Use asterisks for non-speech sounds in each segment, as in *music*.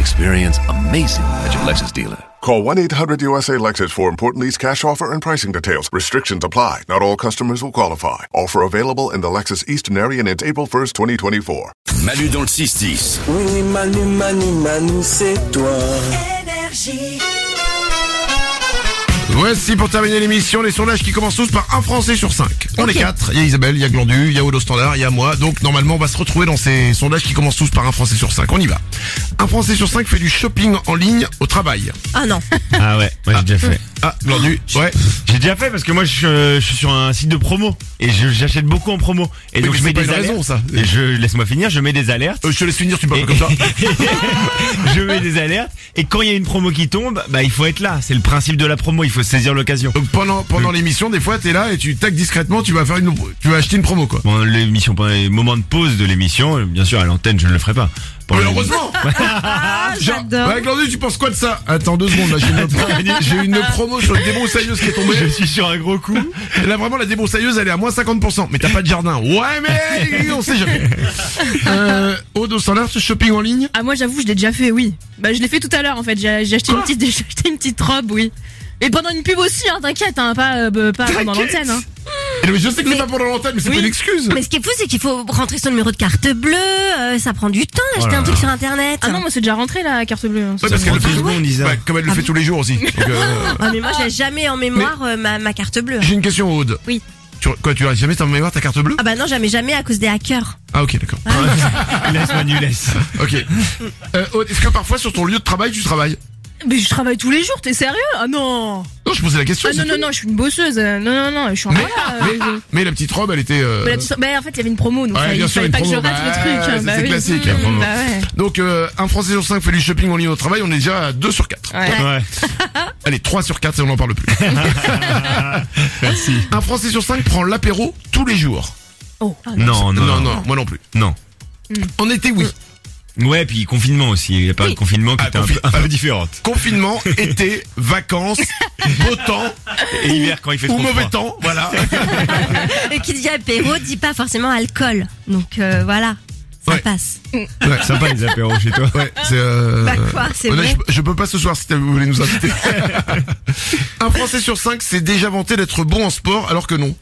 Experience amazing at your Lexus dealer. Call 1 800 USA Lexus for important lease cash offer and pricing details. Restrictions apply. Not all customers will qualify. Offer available in the Lexus Eastern area and it's April 1st, 2024. Manu dans le 6-10. Oui, Manu, Manu, Manu, c'est toi. Voici pour terminer l'émission les sondages qui commencent tous par un Français sur cinq. On est quatre. Il y a Isabelle, il y a Glandu, il y a Odo Standard, il y a moi. Donc normalement, on va se retrouver dans ces sondages qui commencent tous par un Français sur cinq. On y va. Un Français sur cinq fait du shopping en ligne au travail. Ah non. Ah ouais, moi j'ai déjà fait. Ah, Glandu, ouais. J'ai déjà fait parce que moi je, suis, euh, je suis sur un site de promo et je- j'achète beaucoup en promo. Et Oui, donc mais je mets c'est pas des une alertes. raison, ça. Et je laisse-moi finir, je mets des alertes. Euh, je te laisse finir, tu parles Et- pas comme ça. *laughs* je mets des alertes et quand il y a une promo qui tombe, bah il faut être là. C'est le principe de la promo, il faut saisir l'occasion. Donc pendant, pendant l'émission, des fois, t'es là et tu tac discrètement, tu vas faire une, tu vas acheter une promo, quoi. Bon, l'émission, pendant les moments de pause de l'émission, euh, bien sûr à l'antenne je ne le ferai pas. Pour Mais le- heureusement! Ah, Genre, bah, j'adore. ouais, Glandu, tu penses quoi de ça? Attends deux secondes, là, j'ai *laughs* une, j'ai une promo sur le débroussailleuse qui est tombée. *laughs* Je suis sur un gros coup. Et *laughs* Là vraiment la débroussailleuse elle est à moins 50% Mais t'as pas de jardin Ouais mais on sait jamais euh, Odo Standard ce shopping en ligne Ah moi j'avoue je l'ai déjà fait oui. Bah je l'ai fait tout à l'heure en fait. J'ai j'ai acheté Oh une petite *laughs* j'ai acheté une petite robe oui. Et pendant une pub aussi hein, t'inquiète hein, pas euh, bah, pas pendant T'inquiète. l'antenne hein. Eh non, mais Je sais que c'est pas pendant l'antenne mais c'est Oui. pas une excuse Mais ce qui est fou, c'est qu'il faut rentrer son numéro de carte bleue. euh, ça prend du temps Oh d'acheter un truc sur internet. Ah non moi c'est déjà rentré la carte bleue. hein. Ouais, parce Ça qu'elle prend le fait deux secondes, Isa. bah, Comme elle le fait tous les jours aussi Donc, euh, Ah, mais moi, je l'ai jamais en mémoire euh, ma, ma carte bleue. J'ai une question Aude Oui. tu, Quoi tu l'as jamais t'en mémoire ta carte bleue Ah bah non, jamais, jamais à cause des hackers. Ah ok d'accord *laughs* laisse Manu, laisse. Ok euh, Aude est-ce que parfois sur ton lieu de travail tu travailles Mais je travaille tous les jours t'es sérieux Ah non. Non je posais la question Ah non c'est non tout. non je suis une bosseuse. euh, Non non non je suis en Mais- *laughs* voilà, euh, je- Mais la petite robe elle était euh, Bah, là, tu sens- bah, en fait il y avait une promo donc Ouais, fallait- bien il sûr, fallait une pas que je promo. rate le Bah, truc. hein, c'est- bah c'est oui. classique, Mmh, la promo. Bah ouais. Donc euh, un Français sur 5 fait du shopping en ligne au travail On est déjà à 2 sur 4 Ouais. Ouais. Allez 3 sur 4 et on n'en parle plus *laughs* Merci. Un Français sur 5 prend l'apéro tous les jours Oh, Non, non, non, non, moi non plus. Non. En été, *laughs* oui. Ouais, puis confinement aussi. Il y a pas de confinement qui Ah, était un confi- peu- un peu différente. Confinement, été, vacances, beau temps *laughs* Et hiver quand il fait ou trop mauvais froid. temps, *laughs* voilà. Et qui dit apéro dit pas forcément alcool. Donc euh, voilà, ça Ouais. passe. Sympa les apéros chez toi. Ouais, c'est. Euh... Bah quoi, c'est voilà, vrai. je, je peux pas ce soir si vous voulez nous *laughs* inviter. Un Français sur 5 s'est déjà vanté d'être bon en sport alors que non.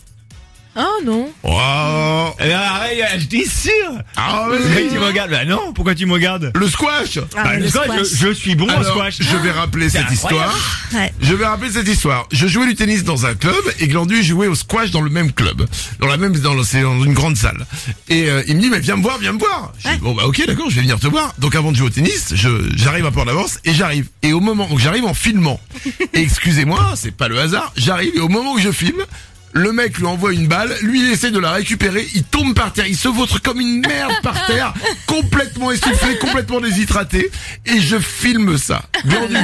Ah non. Oh, Eh, arrête, je dis sûr. ah, Le vas-y. mec, il me regarde. Bah non, pourquoi tu me regardes le squash Ah, Bah, le le squash, squash. je, je suis bon en Alors, squash. Je vais rappeler cette incroyable. histoire. Ouais. Je vais rappeler cette histoire. Je jouais du tennis dans un club et Glandu jouait au squash dans le même club. Dans la même, dans, le- c'est dans une grande salle. Et euh, il me dit, mais viens me voir, viens me voir. Je dis, bon bah ok, d'accord, je vais venir te voir. Donc avant de jouer au tennis, je, j'arrive un peu en avance et j'arrive. Et au moment, donc j'arrive en filmant. Et excusez-moi, c'est pas le hasard. J'arrive et au moment où je filme, le mec lui envoie une balle, lui il essaie de la récupérer, il tombe par terre, il se vautre comme une merde par terre, complètement essoufflé, complètement déshydraté, et je filme ça. Glandu.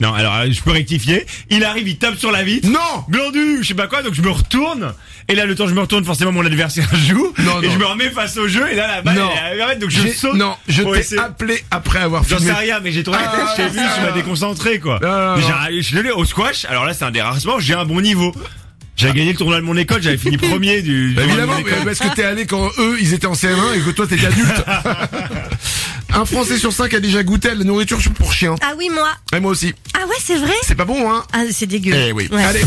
Non, alors euh, je peux rectifier. Il arrive, il tape sur la vitre. Non Glandu, je sais pas quoi, donc je me retourne. Et là, le temps que je me retourne, forcément, mon adversaire *laughs* joue. Non, et non. je me remets face au jeu. Et là, la balle, Non. elle est arrivée à mettre, donc je J'ai- saute. Non, je pour t'ai essayer. appelé après avoir J'en filmé. sais rien, mais j'ai trouvé la Ah, tête, *laughs* je t'ai vu, ah, tu m'as ah. déconcentré, quoi. Ah, Mais ah, j'ai arri- je suis allé au squash, alors là, c'est un des rares sports, j'ai un bon niveau. J'avais gagné le tournoi de mon école, j'avais fini premier du, du Bah, tournoi de mon évidemment, école. mais parce que *laughs* t'es allé quand eux, ils étaient en CM1 et que toi, t'étais adulte. Un Français sur cinq a déjà goûté à la nourriture pour chien. Ah oui, moi. Et moi aussi. Ah ouais, c'est vrai C'est pas bon, hein Ah, c'est dégueu. Eh oui. Ouais. Allez,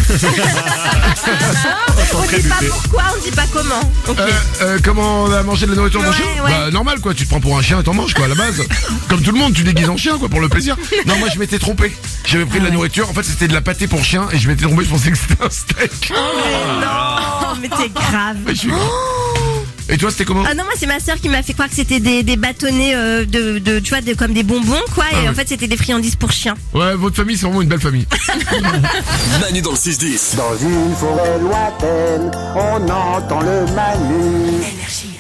on dit pas pourquoi, on dit pas comment. Ok. euh, euh, comment on a mangé de la nourriture pour Ouais, chien ouais. Bah normal quoi, tu te prends pour un chien et t'en manges quoi à la base. Comme tout le monde, tu déguises en chien quoi pour le plaisir. Non moi je m'étais trompé. J'avais pris de la nourriture, en fait c'était de la pâté pour chien et je m'étais trompé, je pensais que c'était un steak. Oh, mais t'es grave. Mais je suis- Et toi c'était comment Ah non, moi c'est ma sœur qui m'a fait croire que c'était des, des bâtonnets euh, de, de, tu vois, de- comme des bonbons quoi, et en oui. fait c'était des friandises pour chiens. Ouais, votre famille c'est vraiment une belle famille. Manu dans le 6-10. Dans une forêt lointaine, on entend le Manu. Énergie.